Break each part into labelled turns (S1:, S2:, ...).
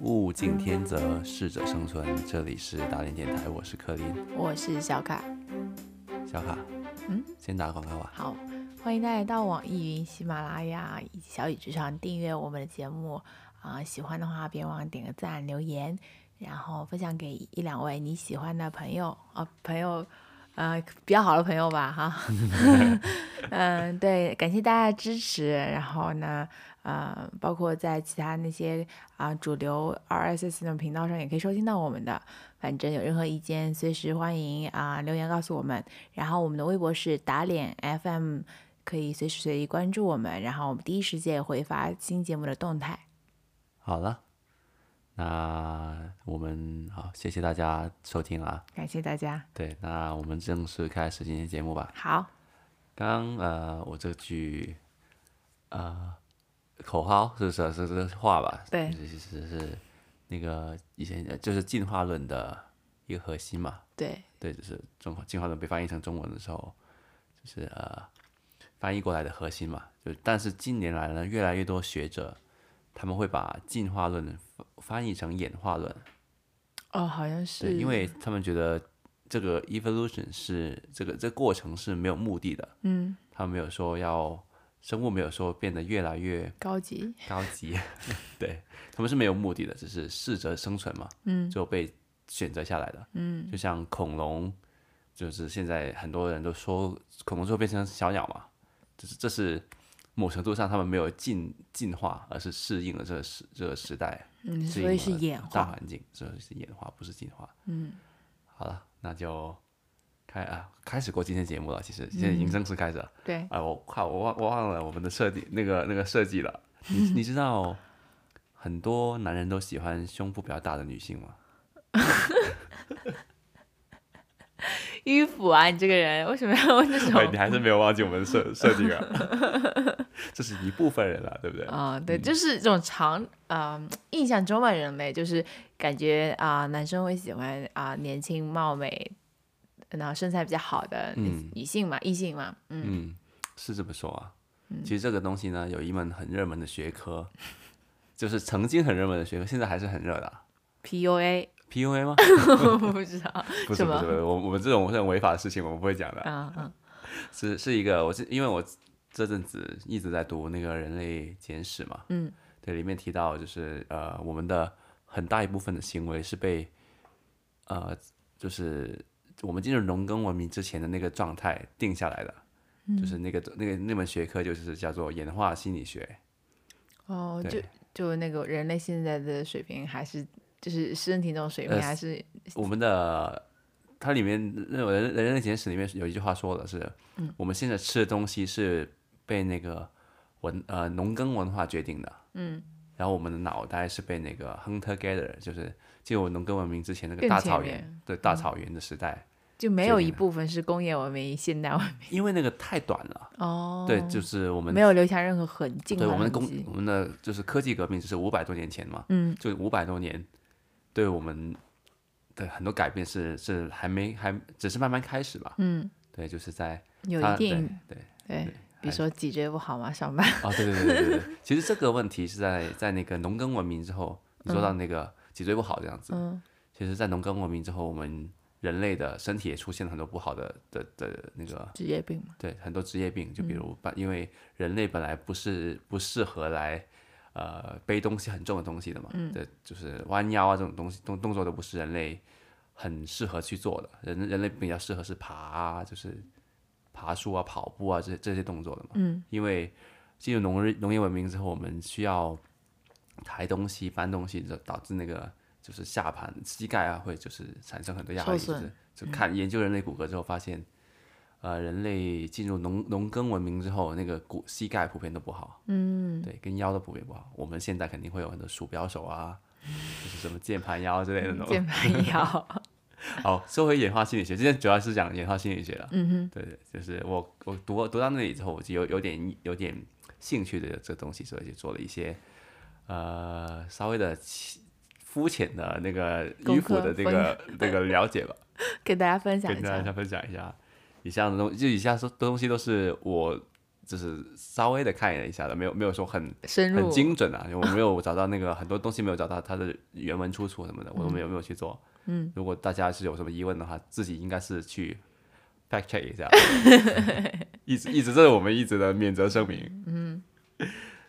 S1: 物竞天择，适者生存。这里是打脸电台，我是柯林。
S2: 我是小卡。
S1: 小卡，
S2: 嗯，
S1: 先打广告吧。
S2: 好，欢迎大家到网易云、喜马拉雅以及小宇宙上订阅我们的节目啊、喜欢的话别忘了点个赞、留言，然后分享给一两位你喜欢的朋友啊、朋友呃比较好的朋友吧哈。 嗯，对，感谢大家的支持。然后呢，呃，包括在其他那些啊、主流 RSS 的频道上也可以收听到我们的。反正有任何意见，随时欢迎啊、留言告诉我们。然后我们的微博是打脸 FM，可以随时随地关注我们，然后我们第一时间也会发新节目的动态。
S1: 好了，那我们好，谢谢大家收听啊。
S2: 感谢大家。
S1: 对，那我们正式开始今天节目吧。
S2: 好，
S1: 刚呃，我这句呃口号是是是是话吧？
S2: 对
S1: 是是是是那个以前呃就是进化论的一个核心嘛。
S2: 对
S1: 对，就是中进化论被翻译成中文的时候，就是呃翻译过来的核心嘛。就但是近年来呢，越来越多学者他们会把进化论翻翻译成演化论，
S2: 哦，好像
S1: 对，
S2: 是
S1: 因为他们觉得这个 evolution 是这个这过程是没有目的的，
S2: 嗯，
S1: 他们没有说要生物没有说变得越来越
S2: 高级，
S1: 高级， 对他们是没有目的的，只是适者生存嘛，
S2: 嗯
S1: 就被选择下来的，
S2: 嗯
S1: 就像恐龙，就是现在很多人都说恐龙最后变成小鸟嘛，就是这是某程度上他们没有进进化，而是适应了这个时这个时代，
S2: 嗯，
S1: 适
S2: 所以
S1: 应
S2: 是
S1: 了
S2: 演
S1: 大
S2: 化，
S1: 环境，所以是演化不是进化。
S2: 嗯，
S1: 好了，那就开啊开始过今天节目了，其
S2: 嗯
S1: 实现在已经正式开始了。
S2: 对，
S1: 啊，我靠，我忘我忘了我们的设定那个那个设计了，你你知道很多男人都喜欢胸部比较大的女性吗？
S2: 迂腐啊，你这个人为什么要问这种？
S1: 对，你还是没有忘记我们的 设设定啊，这是一部分人了，对不对？
S2: 啊、
S1: 嗯
S2: 对，就是这种常啊、印象中的人类，就是感觉啊、男生会喜欢啊、年轻貌美，然后身材比较好的女
S1: 嗯
S2: 女性嘛，异性嘛，嗯，
S1: 嗯，是这么说啊。其实这个东西呢，有一门很热门的学科， 就是曾经很热门的学科，现在还是很热的啊、
S2: PUA，
S1: PUA 吗？
S2: 我不知道
S1: 不是
S2: 什
S1: 不
S2: 么
S1: 是，不是我我们这种这种违法的事情我们不会讲的。
S2: 啊，嗯
S1: 是是一个，我是因为我这阵子一直在读那个《人类简史》嘛，
S2: 嗯，
S1: 对，里面提到就是呃，我们的很大一部分的行为是被呃，就是我们进入农耕文明之前的那个状态定下来的，就是那个那个那门学科就是叫做演化心理学，
S2: 哦，就
S1: 对，
S2: 就那个人类现在的水平还是。就是身体这种水平
S1: 呃
S2: 还是
S1: 我们的。它里面《人人人类简史》里面有一句话说的是，
S2: 嗯
S1: 我们现在吃的东西是被那个文呃农耕文化决定的，
S2: 嗯
S1: 然后我们的脑袋是被那个 hunter gatherer，就是进入农耕文明之前那个
S2: 更
S1: 大
S2: 前
S1: 草原
S2: 面，
S1: 对大草原的时代，
S2: 就没有
S1: 决
S2: 一
S1: 定的
S2: 部分是工业文明、现代文明
S1: 因为那个太短了，
S2: 哦，
S1: 对，就是我们
S2: 没有留下任何痕迹。
S1: 对我们的工我们的就是科技革命，就是五百多年前嘛，
S2: 嗯，
S1: 就五百多年，对我们的很多改变是是还没还只是慢慢开始吧，
S2: 嗯，
S1: 对，就是在
S2: 有
S1: 它
S2: 一定
S1: 对对
S2: 对，
S1: 还
S2: 比如说脊椎不好嘛，上班。
S1: 哦，对对对对对对，其实这个问题是在在那个农耕文明之后，你说到那个脊椎不好这样子，
S2: 嗯
S1: 其实，在农耕文明之后，我们人类的身体也出现了很多不好的的的那个，
S2: 职业病嘛。
S1: 对，很多职业病，
S2: 嗯
S1: 就比如把，因为人类本来不是不适合来呃背东西很重的东西的嘛，
S2: 嗯
S1: 对，就是弯腰啊这种东西动动作都不是人类很适合去做的，人人类比较适合是爬啊，就是爬树啊、跑步啊这这些动作的嘛，
S2: 嗯，
S1: 因为进入农日农业文明之后，我们需要抬东西、搬东西，就导致那个就是下盘、膝盖啊会就是产生很多压力。就
S2: 受损嗯
S1: 是就看研究人类骨骼之后发现，呃，人类进入农农耕文明之后，那个骨膝盖普遍都不好，
S2: 嗯，
S1: 对，跟腰都普遍不好。我们现在肯定会有很多鼠标手啊，就是什么键盘腰之类的那种。
S2: 嗯键盘腰。
S1: 好，说回演化心理学，今天主要是讲演化心理学了。
S2: 嗯哼，
S1: 对对，就是我我读读到那里之后，我就有有点有点兴趣的这东西，所以就做了一些呃稍微的浅肤浅的那个迂
S2: 功
S1: 腐
S2: 课
S1: 的这
S2: 分
S1: 个这个了 解吧，
S2: 给大家分享
S1: 跟
S2: 一
S1: 大
S2: 下。
S1: 家分享一下。以上的东就以下说的东西都是我就是稍微的看了一下的，没有没有说很
S2: 深入
S1: 很精准啊，因为 我没有找到那个很多东西没有找到它的原文出处什么的，我都没有没有去做。嗯，如果大家是有什么疑问的话，自己应该是去 fact check 一 下，一直一直这是我们一直的免责声明。嗯，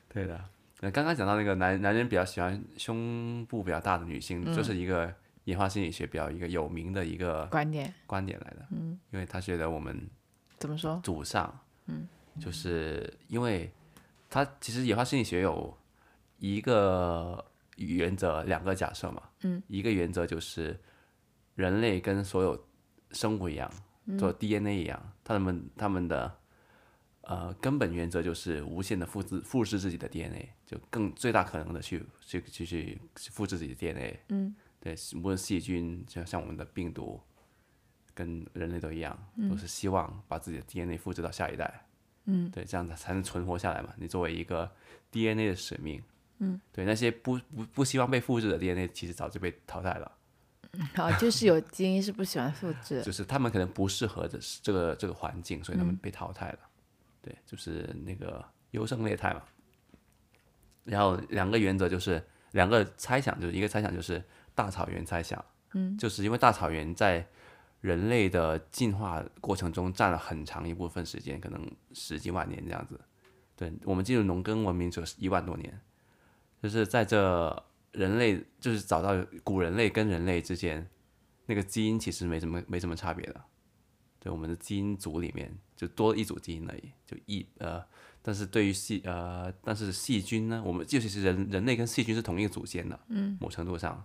S1: 对的。那刚刚讲到那个男男人比较喜欢胸部比较大的女性，这、是一个演化心理学比较一个有名的一个
S2: 观点
S1: 观点来的。嗯，因为他觉得我们
S2: 怎 么说？
S1: 祖上，嗯，就是因为它其实演化心理学有一个原则，两个假设嘛，嗯，一个原则就是人类跟所有生物一样，做 DNA 一样，他们他们的呃根本原则就是无限的复制复制自己的 DNA，就更最大可能的去去去去去复制自己的 DNA，嗯，对，无论细菌，像像我们的病毒，跟人类都一样，都是希望把自己的 DNA 复制到下一代。嗯，对，这样子才能存活下来嘛。你作为一个 DNA 的使命，嗯，对，那些不不不希望被复制的 DNA，其实早就被淘汰了，
S2: 哦，就是有基因是不喜欢复制，
S1: 就是嗯他们可能不适合这这个这个环境，所以他们被淘汰了。对，就是那个优胜劣汰嘛。然后两个原则就是两个猜想，就是一个猜想就是大草原猜想，嗯，就是因为大草原在人类的进化过程中占了很长一部分时间，可能十几万年这样子。对我们进入农耕文明只有一万多年，就是在这人类就是找到古人类跟人类之间，那个基因其实没什么没什么差别的。对我们的基因组里面就多了一组基因而已，就一呃，但是对于细呃，但是细菌呢，我们尤其是人人类跟细菌是同一个祖先的，嗯，某程度上，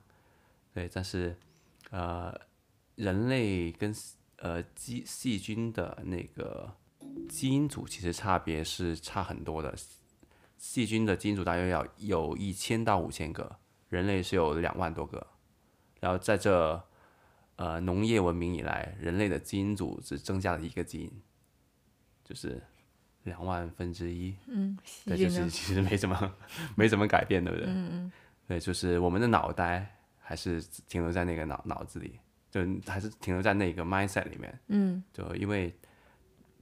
S1: 对，但是呃，人类跟细呃基细菌的那个基因组其实差别是差很多的，细菌的基因组大约要有一千到五千个，人类是有两万多个，然后在这呃农业文明以来，人类的基因组只增加了一个基因，就是两万分之一，
S2: 嗯，细
S1: 对，就
S2: 菌
S1: 是
S2: 呢？
S1: 其实没什么没怎么改变，对不对？嗯嗯。对，就是我们的脑袋还是停留在那个脑脑子里，就还是停留在那个 mindset 里面。
S2: 嗯，
S1: 就因为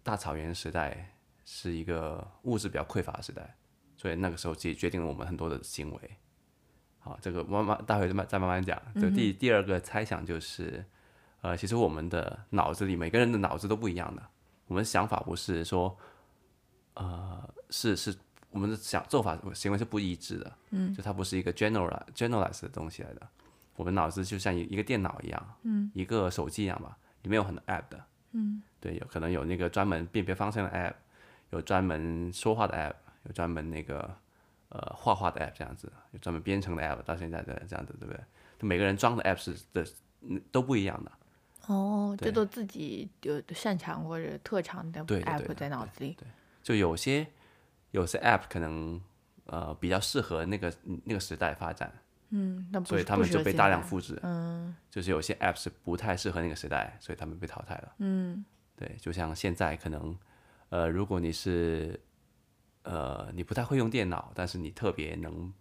S1: 大草原时代是一个物质比较匮乏的时代，所以那个时候其实决定了我们很多的行为。好，这个慢慢待会再慢再慢慢讲。就第、第二个猜想就是，呃，其实我们的脑子里每个人的脑子都不一样的，我们想法不是说，呃，是是我们的想做法行为是不一致的，嗯，就它不是一个 general generalize 的东西来的。我们脑子就像一一个电脑一样，嗯，一个手机一样吧，里面有很多 app 的，嗯，对，有可能有那个专门辨别方向的 app，有专门说话的 app，有专门那个呃画画的 app 这样子，有专门编程的 app，到现在的这样子，对不对？就每个人装的 app 是的嗯都不一样的，
S2: 哦，这
S1: 对
S2: 都自己有擅长或者特长的
S1: 对的对
S2: app
S1: 的
S2: 在脑子里，
S1: 就有些有些 app 可能呃比较适合那个那个时代发展，
S2: 嗯，那不
S1: 所以
S2: 是
S1: 他
S2: 不
S1: 们
S2: 适
S1: 就
S2: 合
S1: 被
S2: 现
S1: 大
S2: 在
S1: 量复制。
S2: 嗯
S1: 就是有些 app 是不太适合那个时代，所以他们被淘汰了。
S2: 嗯
S1: 对，就像现在可能，呃，如果你是呃你不太会用电脑，但是你特别能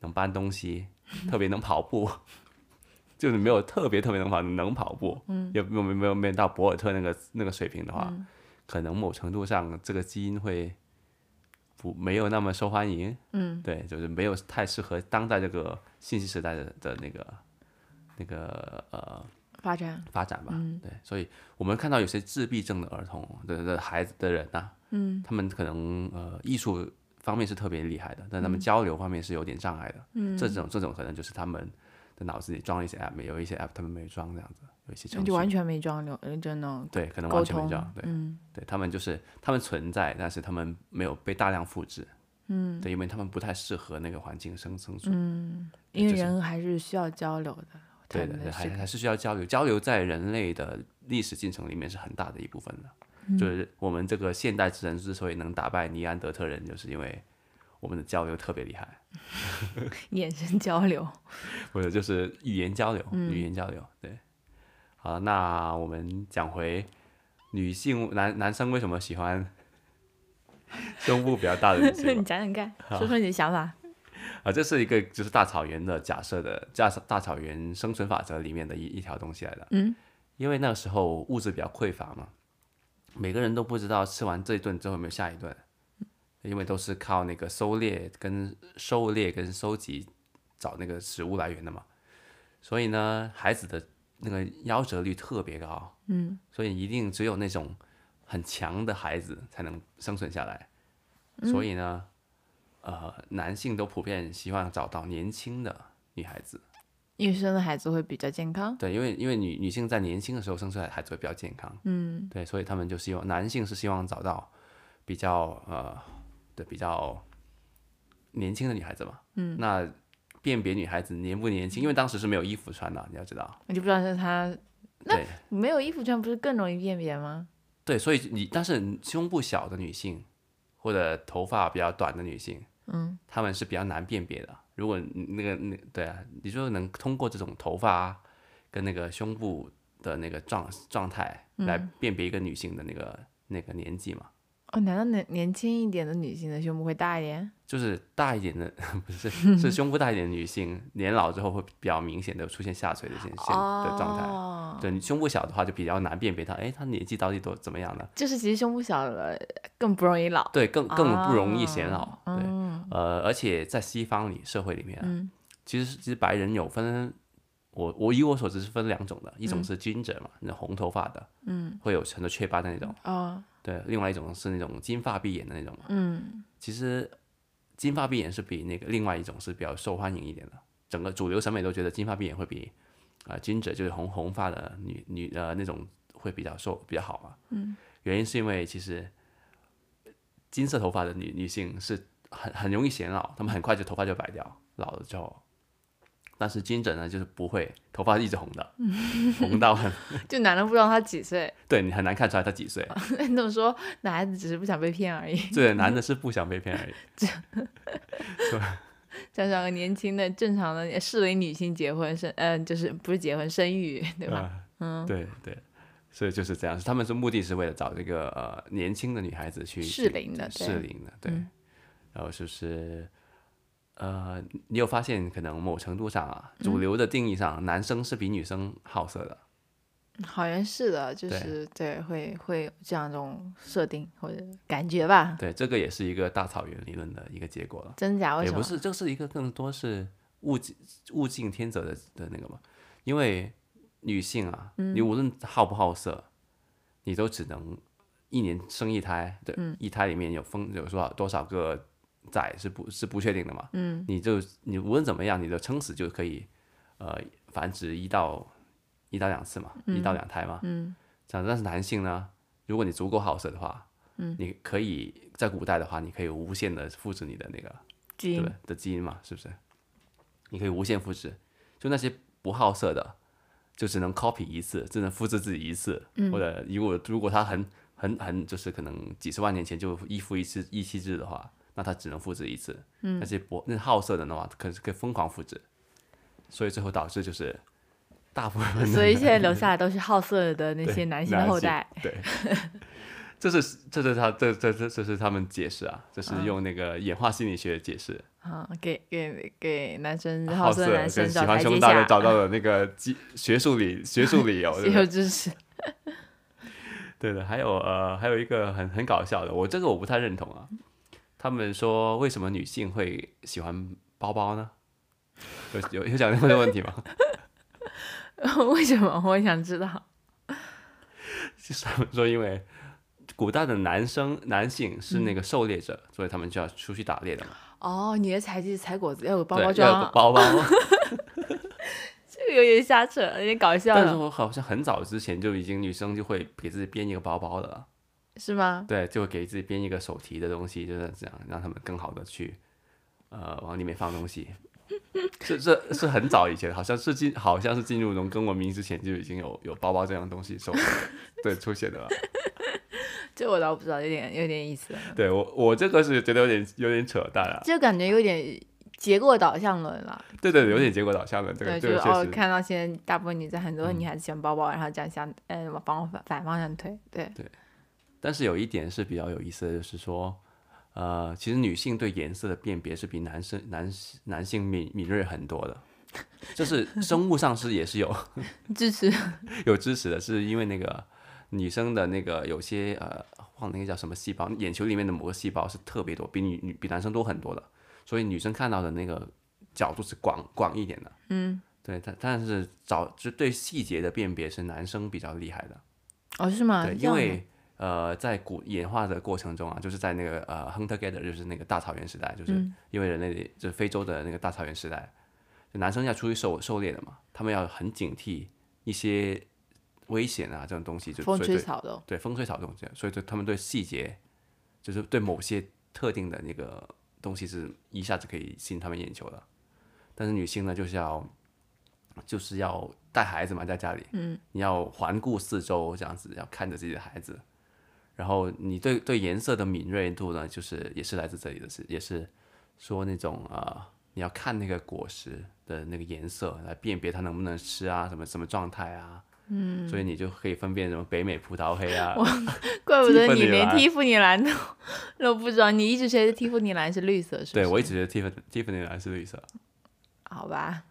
S1: 能搬东西，特别能跑步， 就是没有特别特别能跑，能跑步，嗯，也没有没有没有到博尔特那个那个水平的话，可能某程度上这个基因会不没有那么受欢迎，
S2: 嗯，
S1: 对，就是没有太适合当代这个信息时代的的那个那个呃
S2: 发展，
S1: 发展吧。
S2: 嗯
S1: 对，所以我们看到有些自闭症的儿童的的孩子的人呐、嗯，他们可能呃艺术方面是特别厉害的，但他们
S2: 嗯
S1: 交流方面是有点障碍的。嗯，这种这种可能就是他们的脑子里装了一些 app，有一些 app 他们没装这样子，有一些
S2: 那
S1: 程
S2: 就完
S1: 序。
S2: 全没装流，呃就那种
S1: 对，可能
S2: 沟
S1: 完全没
S2: 通
S1: 装。对，，
S2: 嗯
S1: 对他们就是他们存在，但是他们没有被大量复制。嗯，对，因为他们不太适合那个环境生生存。
S2: 嗯，因为
S1: 就是
S2: 人还是需要交流的，他
S1: 对
S2: 们
S1: 的，
S2: 的
S1: 还
S2: 是
S1: 还是需要交流。交流在人类的历史进程里面是很大的一部分的。就是我们这个现代智人之所以能打败尼安德特人，就是因为我们的交流特别厉害，
S2: 眼神交 流，
S1: 或者就是语言交流，语言交流。对，好，那我们讲回女性男男生为什么喜欢 胸部比较大的女性吧
S2: 你讲讲看，说说你的想法。
S1: 啊，这是一个就是大草原的假设的假大草原生存法则里面的一一条东西来的。
S2: 嗯，
S1: 因为那个时候物质比较匮乏嘛，每个人都不知道吃完这一顿之后有没有下一顿，因为都是靠那个狩猎跟狩猎跟收集找那个食物来源的嘛，所以呢，孩子的那个夭折率特别高，嗯，所以一定只有那种很强的孩子才能生存下来，所以呢，呃，男性都普遍希望找到年轻的女孩子，
S2: 女生的孩子会比较健康。
S1: 对，因为因为女女性在年轻的时候生出来的孩子会比较健康，
S2: 嗯，
S1: 对，所以他们就希望男性是希望找到比较呃对比较年轻的女孩子嘛，嗯，那辨别女孩子年不年轻，因为当时是没有衣服穿的，你要知道，
S2: 我就不知道是他
S1: 对
S2: 没有衣服穿，不是更容易辨别吗？
S1: 对，所以你但是胸部小的女性或者头发比较短的女性，
S2: 嗯，
S1: 她们是比较难辨别的。如果你那个那对啊，你就能通过这种头发啊跟那个胸部的那个状状态
S2: 嗯
S1: 来辨别一个女性的那个、那个年纪嘛。
S2: 哦，难道年年轻一点的女性的胸部会大一点？
S1: 就是大一点的， 不 是是胸部大一点的女性，年老之后会比较明显的出现下垂的现现的状态。
S2: 哦，
S1: 对你胸部小的话，就比较难辨别她，哎，她年纪到底多怎么样呢？
S2: 就是其实胸部小了更不容易老。
S1: 对，更更不容易显老。
S2: 哦
S1: 对，
S2: 啊嗯
S1: 呃，而且在西方里社会里面啊、
S2: 嗯
S1: 其实其实白人有分，我我以我所知是分两种的，一种是 ginger 嘛，那、红头发的，
S2: 嗯，
S1: 会有很多雀斑的那种，
S2: 哦，
S1: 对，另外一种是那种金发碧眼的那种嘛。
S2: 嗯
S1: 其实金发碧眼是比那个另外一种是比较受欢迎一点的，整个主流审美都觉得金发碧眼会比啊、呃、ginger 就是红红发的女女呃那种会比较受比较好嘛。
S2: 嗯，
S1: 原因是因为其实金色头发的女女性是很很容易显老，她们很快就头发就白掉，老了之后。但是金枕呢，就是不会，头发一直红的，红到很，
S2: 就男的不知道他几岁，
S1: 对你很难看出来她几 岁。
S2: 你怎么说男孩子只是不想被骗而已，
S1: 对，男的是不想被骗而已。
S2: 想找个年轻的、正常的适龄女性结婚生，嗯、就是不是结婚生育， 对吧？
S1: 嗯，对对，所以就是这样，他们是目的是为了找这个呃年轻的女孩子去
S2: 适龄的对嗯
S1: 适龄的，对。然后就是，呃，你有发现可能某程度上啊，
S2: 嗯
S1: 主流的定义上，男生是比女生好色的，
S2: 好像是的，就
S1: 对
S2: 是对会会这样一种设定或者感觉吧，
S1: 对，这个也是一个大草原理论的一个结果了。
S2: 真假为
S1: 也
S2: 什
S1: 不
S2: 么？
S1: 是，这是一个更多是物竞物竞天择的的那个嘛，因为女性啊，
S2: 嗯
S1: 你无论好不好色，你都只能一年生一胎，对，
S2: 嗯
S1: 一胎里面有风有多少多少个崽是不是不确定的嘛，
S2: 嗯，
S1: 你就你无论怎么样，你的撑死就可以呃繁殖一到一到两次嘛，一到两胎嘛，
S2: 嗯，
S1: 这样但是男性呢，如果你足够好色的话。嗯，你可以在古代的话，你可以无限的复制你的那个
S2: 基
S1: 对
S2: 因
S1: 吧的基因嘛，是不是？你可以无限复制，就那些不好色的，就只能 copy 一次，只能复制自己一次，
S2: 嗯
S1: 或者如果如果他很很很就是可能几十万年前就一夫一妻一妻制的话，那他只能复制一次。嗯、那些不那好色的的话，可是可以疯狂复制，所以最后导致就是大部分的
S2: 所以现在留下来都是好色的那些男性的后代。
S1: 对，这是这是他这这这这是他们解释啊，这
S2: 嗯
S1: 是用那个演化心理学解释。
S2: 啊、给给给男生
S1: 啊好
S2: 色
S1: 色
S2: 的男生
S1: 跟喜
S2: 找
S1: 欢
S2: 台
S1: 胸
S2: 阶
S1: 大的
S2: 下，
S1: 找到了那个基学术理学术理 由，对不对
S2: 有支持。
S1: 对的。还有呃，还有一个很很搞笑的，我这个我不太认同啊。他们说为什么女性会喜欢包包呢？有有有讲过这个问题吗？
S2: 为什么？我想知道。
S1: 就是他们说因为。古代的男生男性是那个狩猎者，所以他们就要出去打猎的嘛。
S2: 哦，女的采集采果子要有包
S1: 对要
S2: 包
S1: 有
S2: 装
S1: 个
S2: 啊，
S1: 包 包。
S2: 这个有点瞎扯，有点搞笑
S1: 但是
S2: 了，
S1: 我好像很早之前就已经女生就会给自己编一个包包的了。啊
S2: 是吗？
S1: 对，就给自己编一个手提的东西，就是这样，让他们更好的去，呃，往里面放东西。 是这是很早以前，好像是进好像是进入农耕文明之前就已经有有包包这样东西手 对出现的了。
S2: 这我倒不知道，有点有点意思，
S1: 对我我这个是觉得有点有点扯淡啊，
S2: 就感觉有点结果导向论了。
S1: 对对，有点结果导向的这个
S2: 对，
S1: 这
S2: 就是
S1: 个确
S2: 哦，
S1: 实。嗯
S2: 看到现在大部分女在很多女孩子喜欢包包，然后这样想，呃，往反反方向推，对，
S1: 但是有一点是比较有意思的，就是说，呃，其实女性对颜色的辨别是比男生男男性敏敏锐很多的，就是生物上是也是有
S2: 支持。
S1: 有支持的，是因为那个女生的那个有些呃，忘了那个叫什么细胞，眼球里面的某个细胞是特别多，比女女比男生多很多的，所以女生看到的那个角度是广广一点的。
S2: 嗯，
S1: 对，但但是找就对细节的辨别是男生比较厉害的。
S2: 哦，是吗？
S1: 对，
S2: 这
S1: 因
S2: 样的
S1: 为呃，在古演化的过程中啊，就是在那个呃 hunter gatherer，就是那个大草原时代，就是
S2: 嗯
S1: 因为人类的就是非洲的那个大草原时代，就男生要出去狩狩猎的嘛，他们要很警惕一些危险啊这种东西，就
S2: 风
S1: 所以
S2: 吹
S1: 对
S2: 草动，
S1: 对风吹草动这样，所以对他们对细节，就是对某些特定的那个东西是一下子可以吸引他们眼球的。但是女性呢，就是要就是要带孩子嘛，在家里，嗯，你要环顾四周，这样子要看着自己的孩子，然后你对对颜色的敏锐度呢，就是也是来自这里的，是也是说那种啊、呃你要看那个果实的那个颜色来辨别它能不能吃啊，什么什么状态啊。嗯，所以你就可以分辨什么北美葡萄黑啊，
S2: 怪不
S1: 蒂
S2: 得
S1: 芙
S2: 你
S1: 尼
S2: 连
S1: 蓝
S2: 蒂芙尼蓝都都不知道，你一直觉得蒂芙尼蓝是绿色，是不是？
S1: 对我一直觉得 Tiffany Tiffany 蓝是绿色，
S2: 好吧，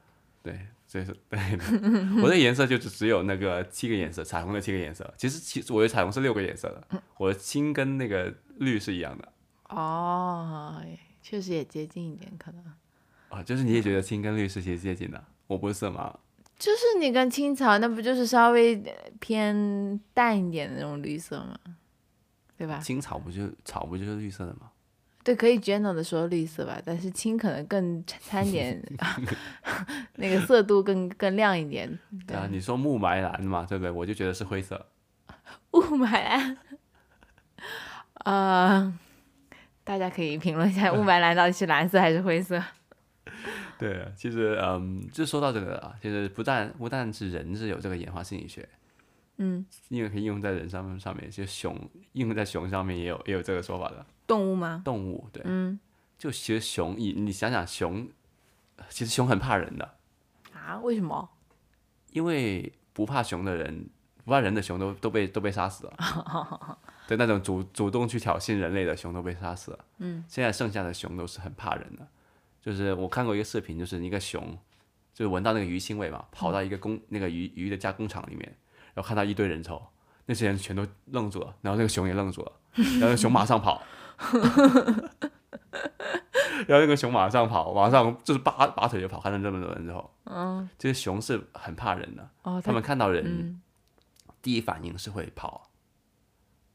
S1: 对，这是对的。我的颜色就只只有那个七个颜色，彩虹的七个颜色。其实其实我的彩虹是六个颜色的，我的青跟那个绿是一样的
S2: 哦，确实也接近一点，可能
S1: 啊，就是你也觉得青跟绿是其实接近的。我不是色盲，
S2: 就是你跟青草那不就是稍微呃偏淡一点的那种绿色吗？对啊吧？
S1: 青草不就草不就是绿色的吗？
S2: 对，可以 general 的说绿色吧，但是青可能更掺点 那个色度更更亮一点。
S1: 对啊，你说雾霾蓝嘛，对不对？我就觉得是灰色。
S2: 雾霾蓝，呃，大家可以评论一 下雾霾蓝到底是蓝色还是灰色？
S1: 对，其实嗯，就说到这个啊，其实不但不但是人是有这个演化心理学，
S2: 嗯，
S1: 因为可以应用在人上面上面，其实熊应用在熊上面也有也有这个说法的。
S2: 动物吗？
S1: 动物，对，
S2: 嗯，
S1: 就其实熊，你你想想熊，其实熊很怕人的，
S2: 啊，为什么？
S1: 因为不怕熊的人，不怕人的熊都都被都被杀死了，对，那种主主动去挑衅人类的熊都被杀死了，嗯，现在剩下的熊都是很怕人的，就是我看过一个视频，就是一个熊，就是闻到那个鱼腥味嘛，跑到一个工、那个鱼鱼的加工厂里面，然后看到一堆人头，那些人全都愣住了，然后那个熊也愣住了，然后那熊马上跑，然后那个熊马上跑，马上就是拔拔腿就跑，看到这么多人之后，嗯，这些熊是很怕人的，
S2: 哦，
S1: 他们看到人、
S2: 嗯
S1: 第一反应是会跑，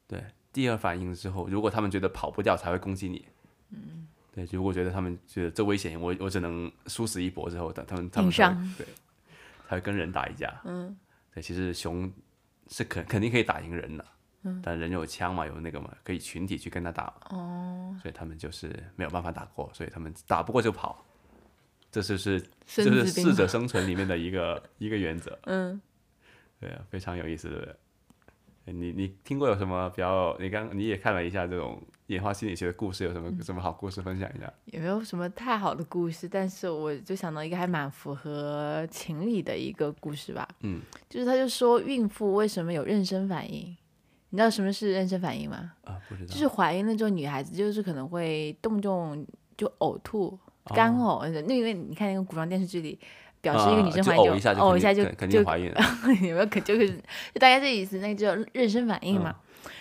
S1: 对，第二反应之后，如果他们觉得跑不掉才会攻击你，嗯，对，如果觉得他们觉得这危险，我我只能殊死一搏之后，他他们他们
S2: 硬
S1: 才会
S2: 上
S1: 对，才会跟人打一架，嗯，对，其实熊是肯肯定可以打赢人的，嗯，但人有枪嘛，有那个嘛，可以群体去跟他打嘛，
S2: 哦，
S1: 所以他们就是没有办法打过，所以他们打不过就跑，这就是这
S2: 孙
S1: 是
S2: 子兵
S1: 适
S2: 法
S1: 者生存里面的一个一个原则。
S2: 嗯，
S1: 对啊，非常有意思，对不对？你你听过有什么比较？你刚你也看了一下这种演化心理学的故事，有什么
S2: 嗯
S1: 什么好故事分享一下？
S2: 也没有什么太好的故事，但是我就想到一个还蛮符合情理的一个故事吧。
S1: 嗯，
S2: 就是他就说孕妇为什么有妊娠反应？你知道什么是妊娠反应吗？
S1: 啊，不知道，
S2: 就是怀孕了之后，女孩子就是可能会动不动就呕吐、
S1: 哦
S2: 干呕，呃那因为你看那个古装电视剧里。表示一个
S1: 啊
S2: 女生
S1: 就
S2: 怀孕
S1: 呕一下就
S2: 呕
S1: 肯
S2: 一下
S1: 定
S2: 就
S1: 肯肯
S2: 就
S1: 定怀孕了，
S2: 有没有可就是就大概这意思，那个叫妊娠反应嘛。
S1: 嗯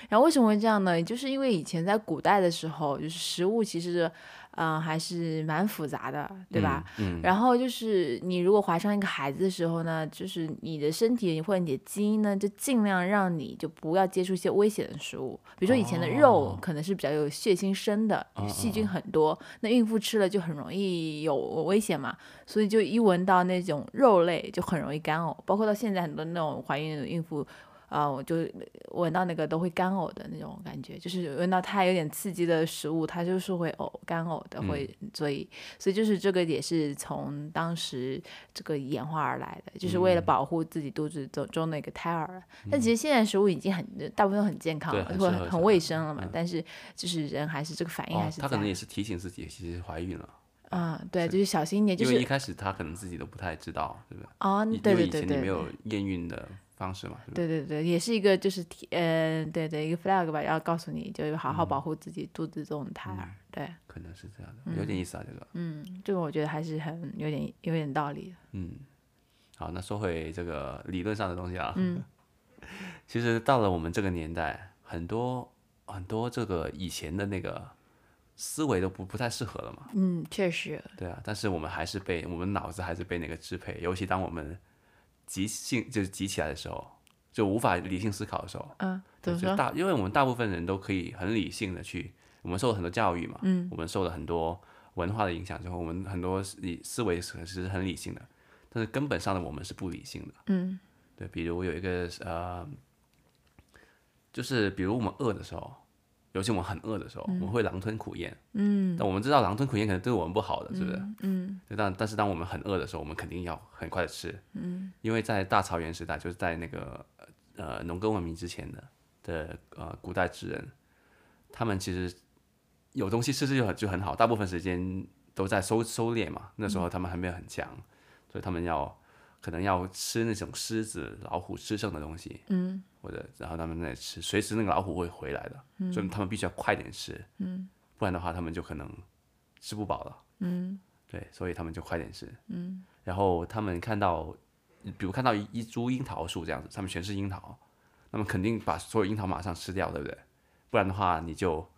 S2: 然后为什么会这样呢？就是因为以前在古代的时候，就是食物其实，嗯、还是蛮复杂的，对吧？
S1: 嗯？嗯，
S2: 然后就是你如果怀上一个孩子的时候呢，就是你的身体或者你的基因呢，就尽量让你就不要接触一些危险的食物，比如说以前的肉
S1: 哦
S2: 可能是比较有血腥深的，
S1: 嗯
S2: 细菌很多，那孕妇吃了就很容易有危险嘛，所以就一闻到那种肉类就很容易干呕，包括到现在很多那种怀孕的孕妇。啊、我就闻到那个都会干呕的那种感觉，就是闻到它有点刺激的食物，它就是会呕干呕的，
S1: 嗯
S2: 会、所以所以就是这个也是从当时这个演化而来的，就是
S1: 嗯
S2: 为了保护自己肚子中中的一个胎儿。但其实现在食物已经很大部分都很健康
S1: 对
S2: 了，
S1: 很适
S2: 或
S1: 合
S2: 很
S1: 小
S2: 很
S1: 孩
S2: 卫生了嘛。
S1: 嗯
S2: 但是就是人还是这个反 应还
S1: 哦，
S2: 是在。
S1: 她可能也是提醒自己其实怀孕了，
S2: 啊、对，就是小心一点，就
S1: 因为一
S2: 是
S1: 开始她可能自己都不太知道，对不对？
S2: 哦，
S1: 因
S2: 对
S1: 因为
S2: 对
S1: 以
S2: 对
S1: 前你
S2: 对
S1: 没。有验孕的方式嘛，对不对？
S2: 对对对，也是一个就是提呃，对对一个 flag 吧，要告诉你，就是好好保
S1: 嗯
S2: 护自己肚子中的胎儿。对，
S1: 可能是这样的，有点意思啊，这个。
S2: 嗯，这个我觉得还是很有点有点道理的。
S1: 嗯，好，那说回这个理论上的东西啊，嗯， 其实到了我们这个年代，很多很多这个以前的那个思维都不不太适合了嘛。
S2: 嗯，确实，
S1: 对啊，但是我们还是被我们脑子还是被那个支配，尤其当我们急性就是急起来的时候，就无法理性思考的时候，
S2: 嗯，
S1: 对
S2: 怎么
S1: 就
S2: 说？
S1: 大，因为我们大部分人都可以很理性的去，我们受了很多教育嘛，
S2: 嗯，
S1: 我们受了很多文化的影响之后，我们很多思理思维是是很理性的，但是根本上的我们是不理性的，
S2: 嗯
S1: 对，比如有一个呃，就是比如我们饿的时候，尤其我们很饿的时候，我们会狼吞苦咽，
S2: 嗯
S1: 但我们知道狼吞苦咽可能对我们不好的，是不是？
S2: 嗯
S1: 对，但但是当我们很饿的时候，我们肯定要很快的吃，嗯，因为在大草原时代，就是在那个呃农耕文明之前的的呃古代之人，他们其实有东西吃吃就很就很好，大部分时间都在收收敛嘛，那时
S2: 嗯
S1: 候他们还没有很强，所以他们要可能要吃那种狮子、老虎吃剩的东西，
S2: 嗯
S1: 或者然后他们在吃，随时那个老虎会回来的，所以他们必须要快点吃，嗯，不然的话他们就可能吃不饱了。
S2: 嗯
S1: 对，所以他们就快点吃。
S2: 嗯，
S1: 然后他们看到，比如看到一一株樱桃树这样子，上面全是樱桃，那么肯定把所有樱桃马上吃掉，对不对？不然的话你就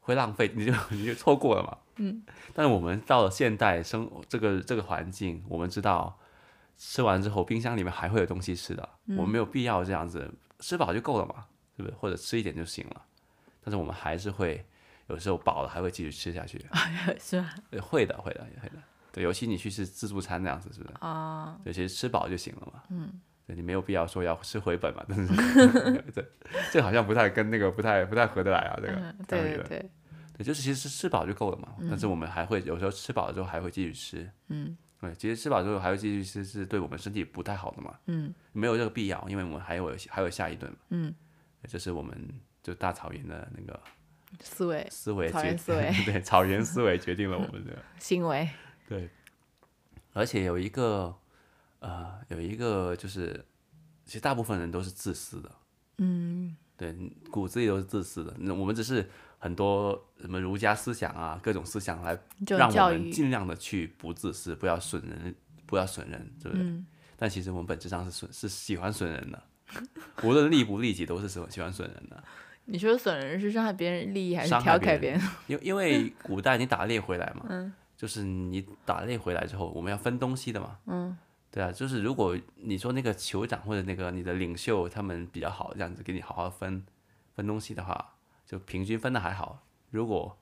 S1: 会浪费， 你就你就错过了嘛。嗯。但是我们到了现代生活这个这个环境，我们知道吃完之后冰箱里面还会有东西吃的，
S2: 嗯
S1: 我们没有必要这样子，吃饱就够了嘛，对不对？或者吃一点就行了。但是我们还是会有时候饱了还会继续吃下 去。
S2: 是吧？
S1: 对，会的，会的，会的。对，尤其你去吃自助餐那样子，是不是？
S2: 啊，
S1: 对，其实吃饱就行了嘛。嗯。对你没有必要说要吃回本嘛，但 是对，这好像不太跟那个不太不太合得来啊，这个、
S2: 嗯，
S1: 这样理
S2: 对对
S1: 论
S2: 对，
S1: 对，就是其实是吃饱就够了嘛。但是我们还会有时候吃饱了之后还会继续吃。
S2: 嗯。
S1: 对，其实吃饱之后还会继续吃，是对我们身体不太好的嘛。
S2: 嗯
S1: 没有这个必要，因为我们还有还有下一顿嘛。
S2: 嗯，
S1: 这是我们就大草原的那个
S2: 思维、
S1: 思维
S2: 草
S1: 决，
S2: 原思维
S1: 对草原思维决定了我们 的。
S2: 行为，
S1: 对，而且有一个，呃，有一个就是，其实大部分人都是自私的，
S2: 嗯
S1: 对，骨子里都是自私的。那我们只是很多什么儒家思想啊，各种思想来
S2: 这
S1: 让
S2: 种
S1: 我
S2: 教
S1: 们
S2: 育，
S1: 尽量的去不自私，不要损人，不要损人，对不对？
S2: 嗯
S1: 但其实我们本质上是损，是喜欢损人的，无论利不利己，都是喜欢喜欢损人的。
S2: 你说损人是伤害别人利益还是
S1: 伤害
S2: 调侃
S1: 别
S2: 别人？
S1: 因
S2: 嗯
S1: 因为古代你打猎回来嘛，就是你打猎回来之后，我们要分东西的嘛，
S2: 嗯，
S1: 对啊，就是如果你说那个酋长或者那个你的领袖他们比较好，这样子给你好好分分东西的话，就平均分的还好。如果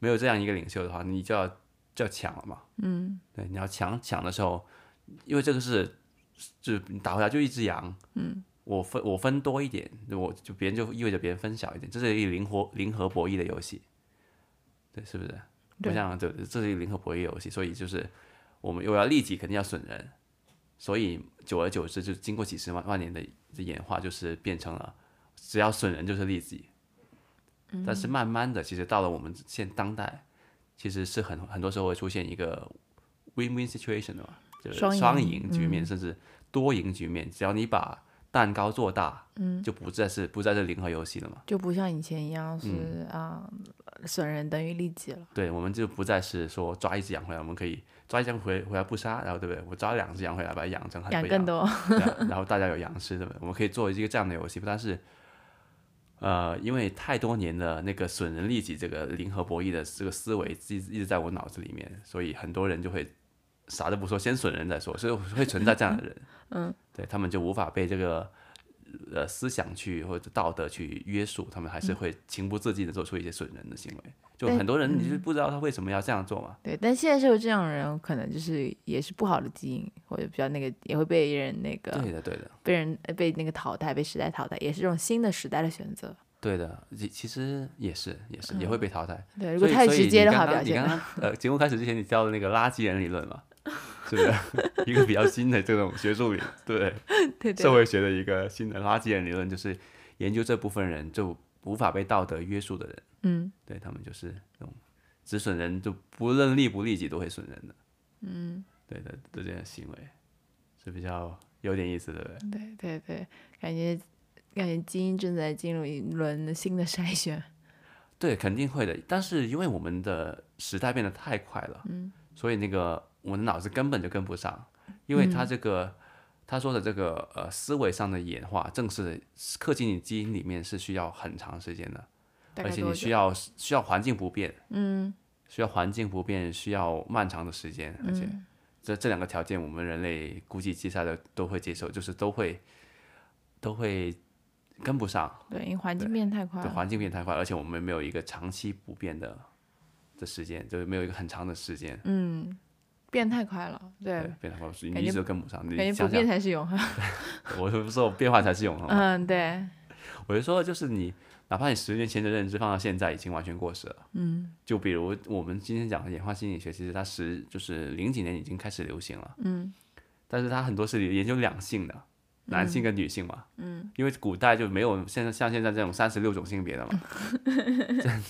S1: 没有这样一个领袖的话，你就要就要抢了嘛，
S2: 嗯，
S1: 对，你要抢抢的时候，因为这个是就是你打回来就一只羊，嗯。我分我分多一点，我就别人就意味着别人分小一点，这是一个零和零和博弈的游戏。对，是不是？我
S2: 对
S1: 想对，这是一个零和博弈游戏，所以就是我们又要利己，肯定要损人，所以久而久之，就经过几十万万年的的演化，就是变成了只要损人就是利己。
S2: 嗯
S1: 但是慢慢的，其实到了我们现当代，其实是很很多时候会出现一个 win-win situation 的嘛，就是
S2: 双赢嗯
S1: 双赢局面，甚至多赢局面。只要你把蛋糕做大，嗯，就不再是不再是零和游戏了嘛。
S2: 就不像以前一样
S1: 嗯
S2: 是啊，损人等于利己了。
S1: 对，我们就不再是说抓一只羊回来，我们可以抓一只羊回回来不杀，然后对不对？我抓两只羊回来，把它养成很
S2: 养
S1: 多
S2: 更多，
S1: 对啊然 后大家有羊吃，对不对？我们可以做一个这样的游戏，但是，呃，因为太多年的那个损人利己这个零和博弈的这个思维一直一直在我脑子里面，所以很多人就会啥都不说，先损人再说，所以会存在这样的人， 嗯，对他们就无法被这个。呃，思想去或者道德去约束，他们还是会情不自禁的做出一些损人的行为。就
S2: 对
S1: 很多人，你就不知道他为什么要这样做嘛？
S2: 对，但现在社会这种人可能就是也是不好的基因，或者比较那个也会被人那个
S1: 对的，对的。
S2: 被人呃被那个淘汰，被时代淘汰，也是这种新的时代的选择。
S1: 对的，其其实也是，也是也会被淘汰。
S2: 对，
S1: 所
S2: 如果
S1: 以
S2: 太
S1: 所以
S2: 直接
S1: 你
S2: 的
S1: 刚
S2: 话，
S1: 刚
S2: 表
S1: 你
S2: 现
S1: 刚 刚呃，节目开始之前你教的那个垃圾人理论嘛，是不是 一个比较新的这种学术理？对，
S2: 对对
S1: 社会学的一个新的垃圾人理论，就是研究这部分人就无法被道德约束的人，
S2: 嗯
S1: 对他们就是那种只损人，就不论利不利己都会损人的，
S2: 嗯，
S1: 对的，这这样的行为是比较有点意思的，对不对？
S2: 对对对，感觉感觉基因正在进入一轮新的筛选。
S1: 对，肯定会的。但是因为我们的时代变得太
S2: 嗯
S1: 快了，嗯，所以那个我们的脑子根本就跟不上，因为它这个、他说的这个呃思维上的演化，正式的刻进你基因里面是需要很长时间的，
S2: 大
S1: 而
S2: 概
S1: 且
S2: 多
S1: 你
S2: 久？
S1: 需要需要环境不变，
S2: 嗯
S1: 需要环境不变，需要漫长的时间，而且
S2: 嗯
S1: 这这两个条件，我们人类估计接下来都会接受，就是都会都会跟不上，
S2: 对，因为环境变太快
S1: 对
S2: 了。
S1: 环境变太快，而且我们没有一个长期不变的的时间，就是没有一个很长的时间，
S2: 嗯，变太快了，对，
S1: 对，变太快，所以
S2: 感
S1: 你
S2: 觉
S1: 一直都跟不上。你
S2: 感觉
S1: 想
S2: 不变
S1: 想，哦
S2: 才是永恒。
S1: 我就说变化才是永恒嘛。
S2: 嗯，对，
S1: 我就说，就是你哪怕你十年前的认知放到现在，已经完全过时了。
S2: 嗯
S1: 就比如我们今天讲的演化心理学，其实它十就是零几年已经开始流行了，
S2: 嗯
S1: 但是它很多是研究两性的，男性跟女性嘛。
S2: 嗯，
S1: 因为古代就没有现在像现在这种三十六种性别的 嘛，这样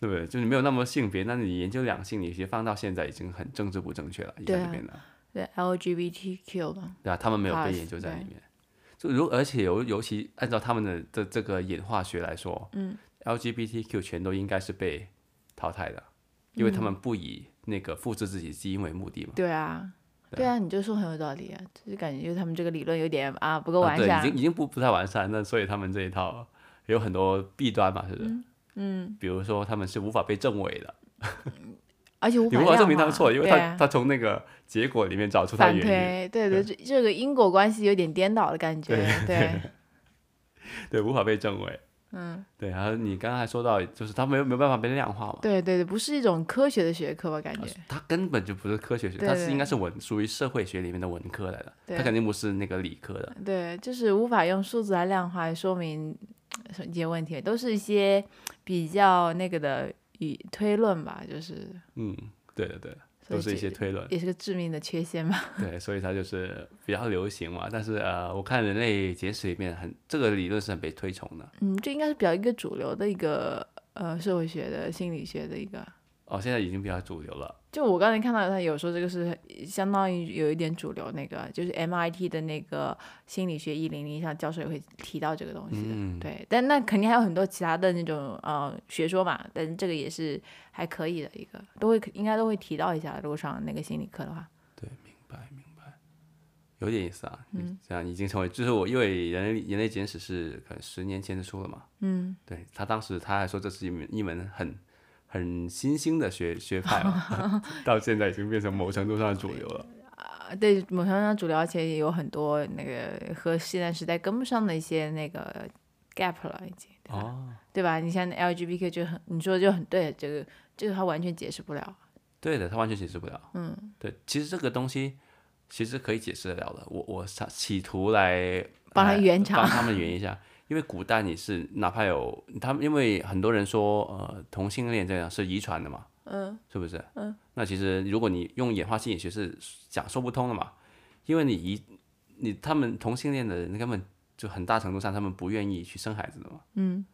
S1: 对不对？就是没有那么多性别，那你研究两性，你其实放到现在已经很政治不正确了，
S2: 对
S1: 在
S2: 啊
S1: 里面的，
S2: 对，LGBTQ 嘛，
S1: 对啊，他们没有被
S2: Plus，
S1: 研究在
S2: 对
S1: 里面。就如而且尤尤其按照他们的这这个演化学来说，
S2: 嗯
S1: ，LGBTQ 全都应该是被淘汰的，因为他们不以那个复制自己基因为目的嘛。
S2: 嗯对啊，对啊，你就说很有道理啊，就是感觉就是他们这个理论有点啊不够
S1: 啊
S2: 完
S1: 对，已
S2: 善。
S1: 经已经不不太完善，那所以他们这一套有很多弊端嘛，是不是？
S2: 嗯，
S1: 比如说他们是无法被证伪的，
S2: 而且无
S1: 你
S2: 法
S1: 无法
S2: 量
S1: 证明
S2: 化
S1: 他们错，因为
S2: 对
S1: 他
S2: 啊
S1: 他从那个结果里面找出他的
S2: 反
S1: 原
S2: 推，对对，这这个因果关系有点颠倒的感觉，对
S1: 因，对，无法被证伪。
S2: 嗯，
S1: 对，然后你刚才说到，就是他没有没有办法被量化嘛，
S2: 对对对，不是一种科学的学科吧？感觉，
S1: 他根本就不是科学学，
S2: 对
S1: 他是
S2: 对
S1: 应该是文属于社会学里面的文科来的，
S2: 对
S1: 他肯定不是那个理科的。
S2: 对，就是无法用数字来量化来说明呃一些问题，都是一些比较那个的与推论吧，就是
S1: 嗯，对对对，
S2: 所以
S1: 都是一
S2: 这
S1: 些推论。
S2: 也是个致命的缺陷吧。
S1: 对，所以它就是比较流行嘛。但是呃，我看人类简史里面很这个理论是很被推崇的。
S2: 嗯，这应该是比较一个主流的一个呃社会学的心理学的一个。
S1: 哦，现在已经比较主流了。
S2: 就我刚才看到他有说这个是相当于有一点主流那个，就是 MIT 的那个心理学一零零上教授也会提到这个东西的。
S1: 嗯，
S2: 对，但那肯定还有很多其他的那种呃学说嘛，但是这个也是还可以的一个，都会应该都会提到一下。如果上那个心理课的话，
S1: 有点意思啊，嗯，这样已经成为，就是我因为人类人类简史是可能十年前的书了嘛，
S2: 嗯，
S1: 对他当时他还说这是一门一门很很新兴的学学派 嘛，到现在已经变成某程度上的主流了，
S2: 啊，对，某项上主流，而且也有很多那个和现在时代跟不上的一些那个 gap 了，已经，对吧？
S1: 哦，
S2: 对吧？你像 LGBTQ 就很，你说的就很对，这个这个他完全解释不了。
S1: 对的，他完全解释不了，
S2: 嗯，
S1: 对，其实这个东西其实可以解释得了的，我我想企图来
S2: 帮他
S1: 来
S2: 圆场
S1: 帮他们圆一下。 因为古代你是哪怕有他们，因为很多人说呃同性恋这样是遗传的嘛，
S2: 嗯
S1: 是不是？嗯，那其实如果你用演化心理学是讲说不通的嘛，因为你一你他们同性恋的人根本就很大程度上他们不愿意去生孩子的嘛。
S2: 嗯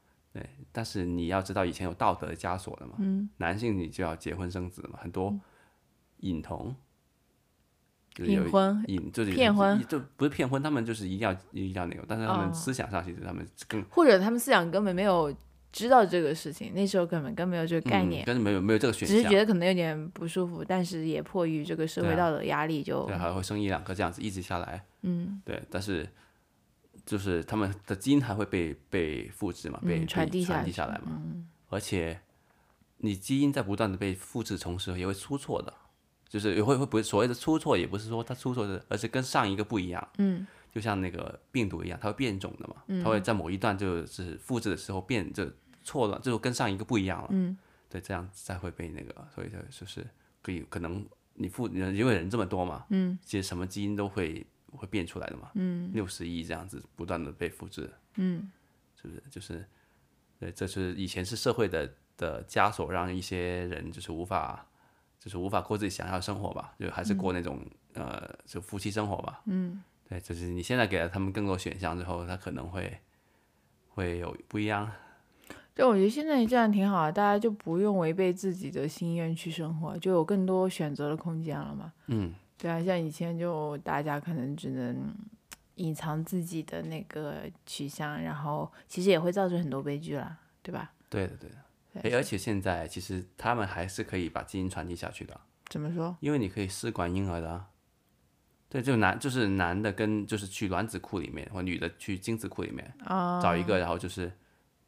S1: 但是你要知道，以前有道德枷锁的嘛，
S2: 嗯，
S1: 男性你就要结婚生子嘛，很多隐童，就是有
S2: 隐婚
S1: 隐就是有
S2: 骗婚
S1: 就不是骗婚，他们就是一定要一定要那个，但是他
S2: 哦
S1: 们思想上其实他们更
S2: 或者他们思想根本没有知道这个事情，那时候根本根本没有这个概念
S1: 嗯，，但是没有没有这个选
S2: 只是
S1: 项
S2: 觉，得可能有点不舒服，但是也迫于这个社
S1: 对
S2: 会
S1: 啊
S2: 道德压力就，
S1: 对，还会生一两个这样子一直下来，
S2: 嗯
S1: 对，但是就是他们的基因还会被被复制嘛，被、
S2: 嗯
S1: 被
S2: 传递下
S1: 传
S2: 去嗯
S1: 递下来嘛，而且你基因在不断的被复制重拾，也会出错的，就是也会会不会所谓的出错，也不是说它出错的，而是跟上一个不一样，
S2: 嗯
S1: 就像那个病毒一样，它会变种的嘛，它会在某一段就是复制的时候变就错乱，就跟上一个不一样了，
S2: 嗯
S1: 对，这样才会被那个，所以就就是可以可能你复因为人这么多嘛，
S2: 嗯
S1: 其实什么基因都会会变出来的嘛，
S2: 嗯
S1: 六十亿这样子不断的被复制，
S2: 嗯，
S1: 是不是？就是，对，这是以前是社会的的枷锁，让一些人就是无法，就是无法过自己想要的生活吧，就还
S2: 嗯
S1: 是过那种、呃，就夫妻生活吧。嗯，对，就是你现在给了他们更多选项之后，他可能会会有不一样。
S2: 对，我觉得现在这样挺好，啊大家就不用违背自己的心愿去生活，就有更多选择的空间了嘛。
S1: 嗯，
S2: 对啊，像以前就大家可能只能隐藏自己的那个取向，然后其实也会造成很多悲剧啦，对吧？
S1: 对的，对的。
S2: 对
S1: 诶，而且现在其实他们还是可以把基因传递下去的，
S2: 怎么说？
S1: 因为你可以试管婴儿的啊，对，就男就是男的跟就是去卵子库里面，或女的去精子库里面
S2: 哦，
S1: 找一个，然后就是，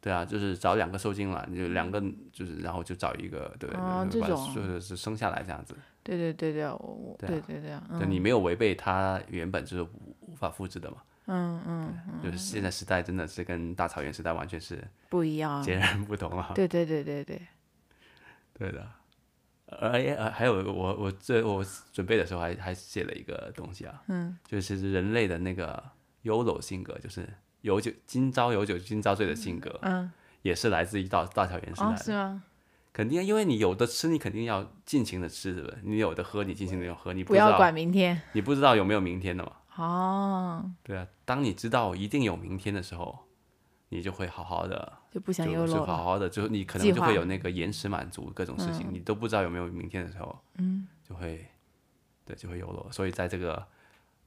S1: 对啊，就是找两个受精卵，就两个就是然后就找一个，对，
S2: 哦
S1: 就把
S2: 这种
S1: 就是是生下来这样子。
S2: 对对对对，我我
S1: 对啊
S2: 对对对，
S1: 对，
S2: 嗯
S1: 你没有违背它原本就是无无法复制的嘛。
S2: 嗯嗯，
S1: 就是现在时代真的是跟大草原时代完全是
S2: 不一样，
S1: 截然不同啊。
S2: 对对对对对，
S1: 对的。而而哎还有我我这我准备的时候还还写了一个东西啊，
S2: 嗯，
S1: 就是其实人类的那个 YOLO 性格，就是有酒今朝有酒今朝醉的性格，
S2: 嗯，
S1: 也是来自于大大草原时代
S2: 哦
S1: 的。
S2: 是吗？
S1: 肯定，因为你有的吃，你肯定要尽情的吃，是不是？你有的喝，你尽情的要喝，你
S2: 不
S1: 知
S2: 要
S1: 道
S2: 管明天
S1: 你不知道有没有明天的嘛？
S2: 哦，
S1: 对啊，当你知道一定有明天的时候，你就会好好的
S2: 就不想
S1: 就
S2: 又
S1: 就
S2: 落
S1: 好
S2: 了，
S1: 好的，就是你可能
S2: 计
S1: 就
S2: 划
S1: 会有那个延迟满足各种事情，你都不知道有没有明天的时候，
S2: 嗯，
S1: 就会对就会有了。所以在这个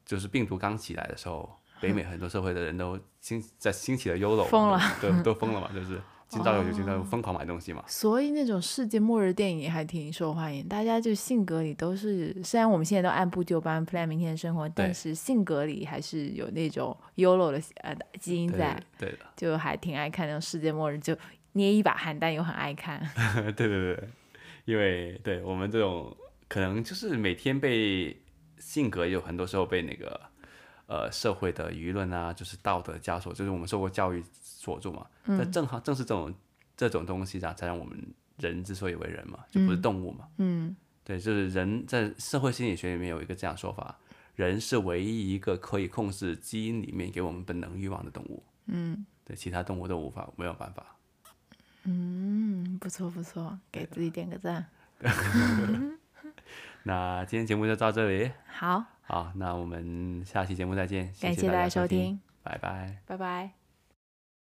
S1: 就是病毒刚起来的时候，北美很多社会的人都兴在兴起了 YOLO，
S2: 疯了，哦
S1: 对，都疯了嘛， 就是今朝有酒今朝醉疯狂买东西嘛。
S2: 所以那种世界末日电影还挺受欢迎，大家就性格里都是，虽然我们现在都按部就班 plan 明天的生活，但
S1: 对
S2: 是性格里还是有那种 YOLO 的呃基因在
S1: 对，对的，
S2: 就还挺爱看那种世界末日，就捏一把汗，但又很爱看。
S1: 对对对对，因为对我们这种可能就是每天被性格有很多时候被那个呃社会的舆论啊，就是道德枷锁，就是我们受过教育锁住嘛。
S2: 嗯
S1: 但正好正是这种这种东西啊，才让我们人之所以为人嘛，就不是动物嘛。
S2: 嗯，
S1: 对，就是人在社会心理学里面有一个这样说法。人是唯一一个可以控制基因里面给我们本能欲望的动物，
S2: 嗯
S1: 对其他动物都无法没有办法。
S2: 嗯，不错不错，给自己点个赞。
S1: 那今天节目就到这里，
S2: 好，
S1: 好，那我们下期节目再见，
S2: 感
S1: 谢
S2: 谢大家
S1: 收
S2: 收听，
S1: 拜拜。
S2: 拜拜。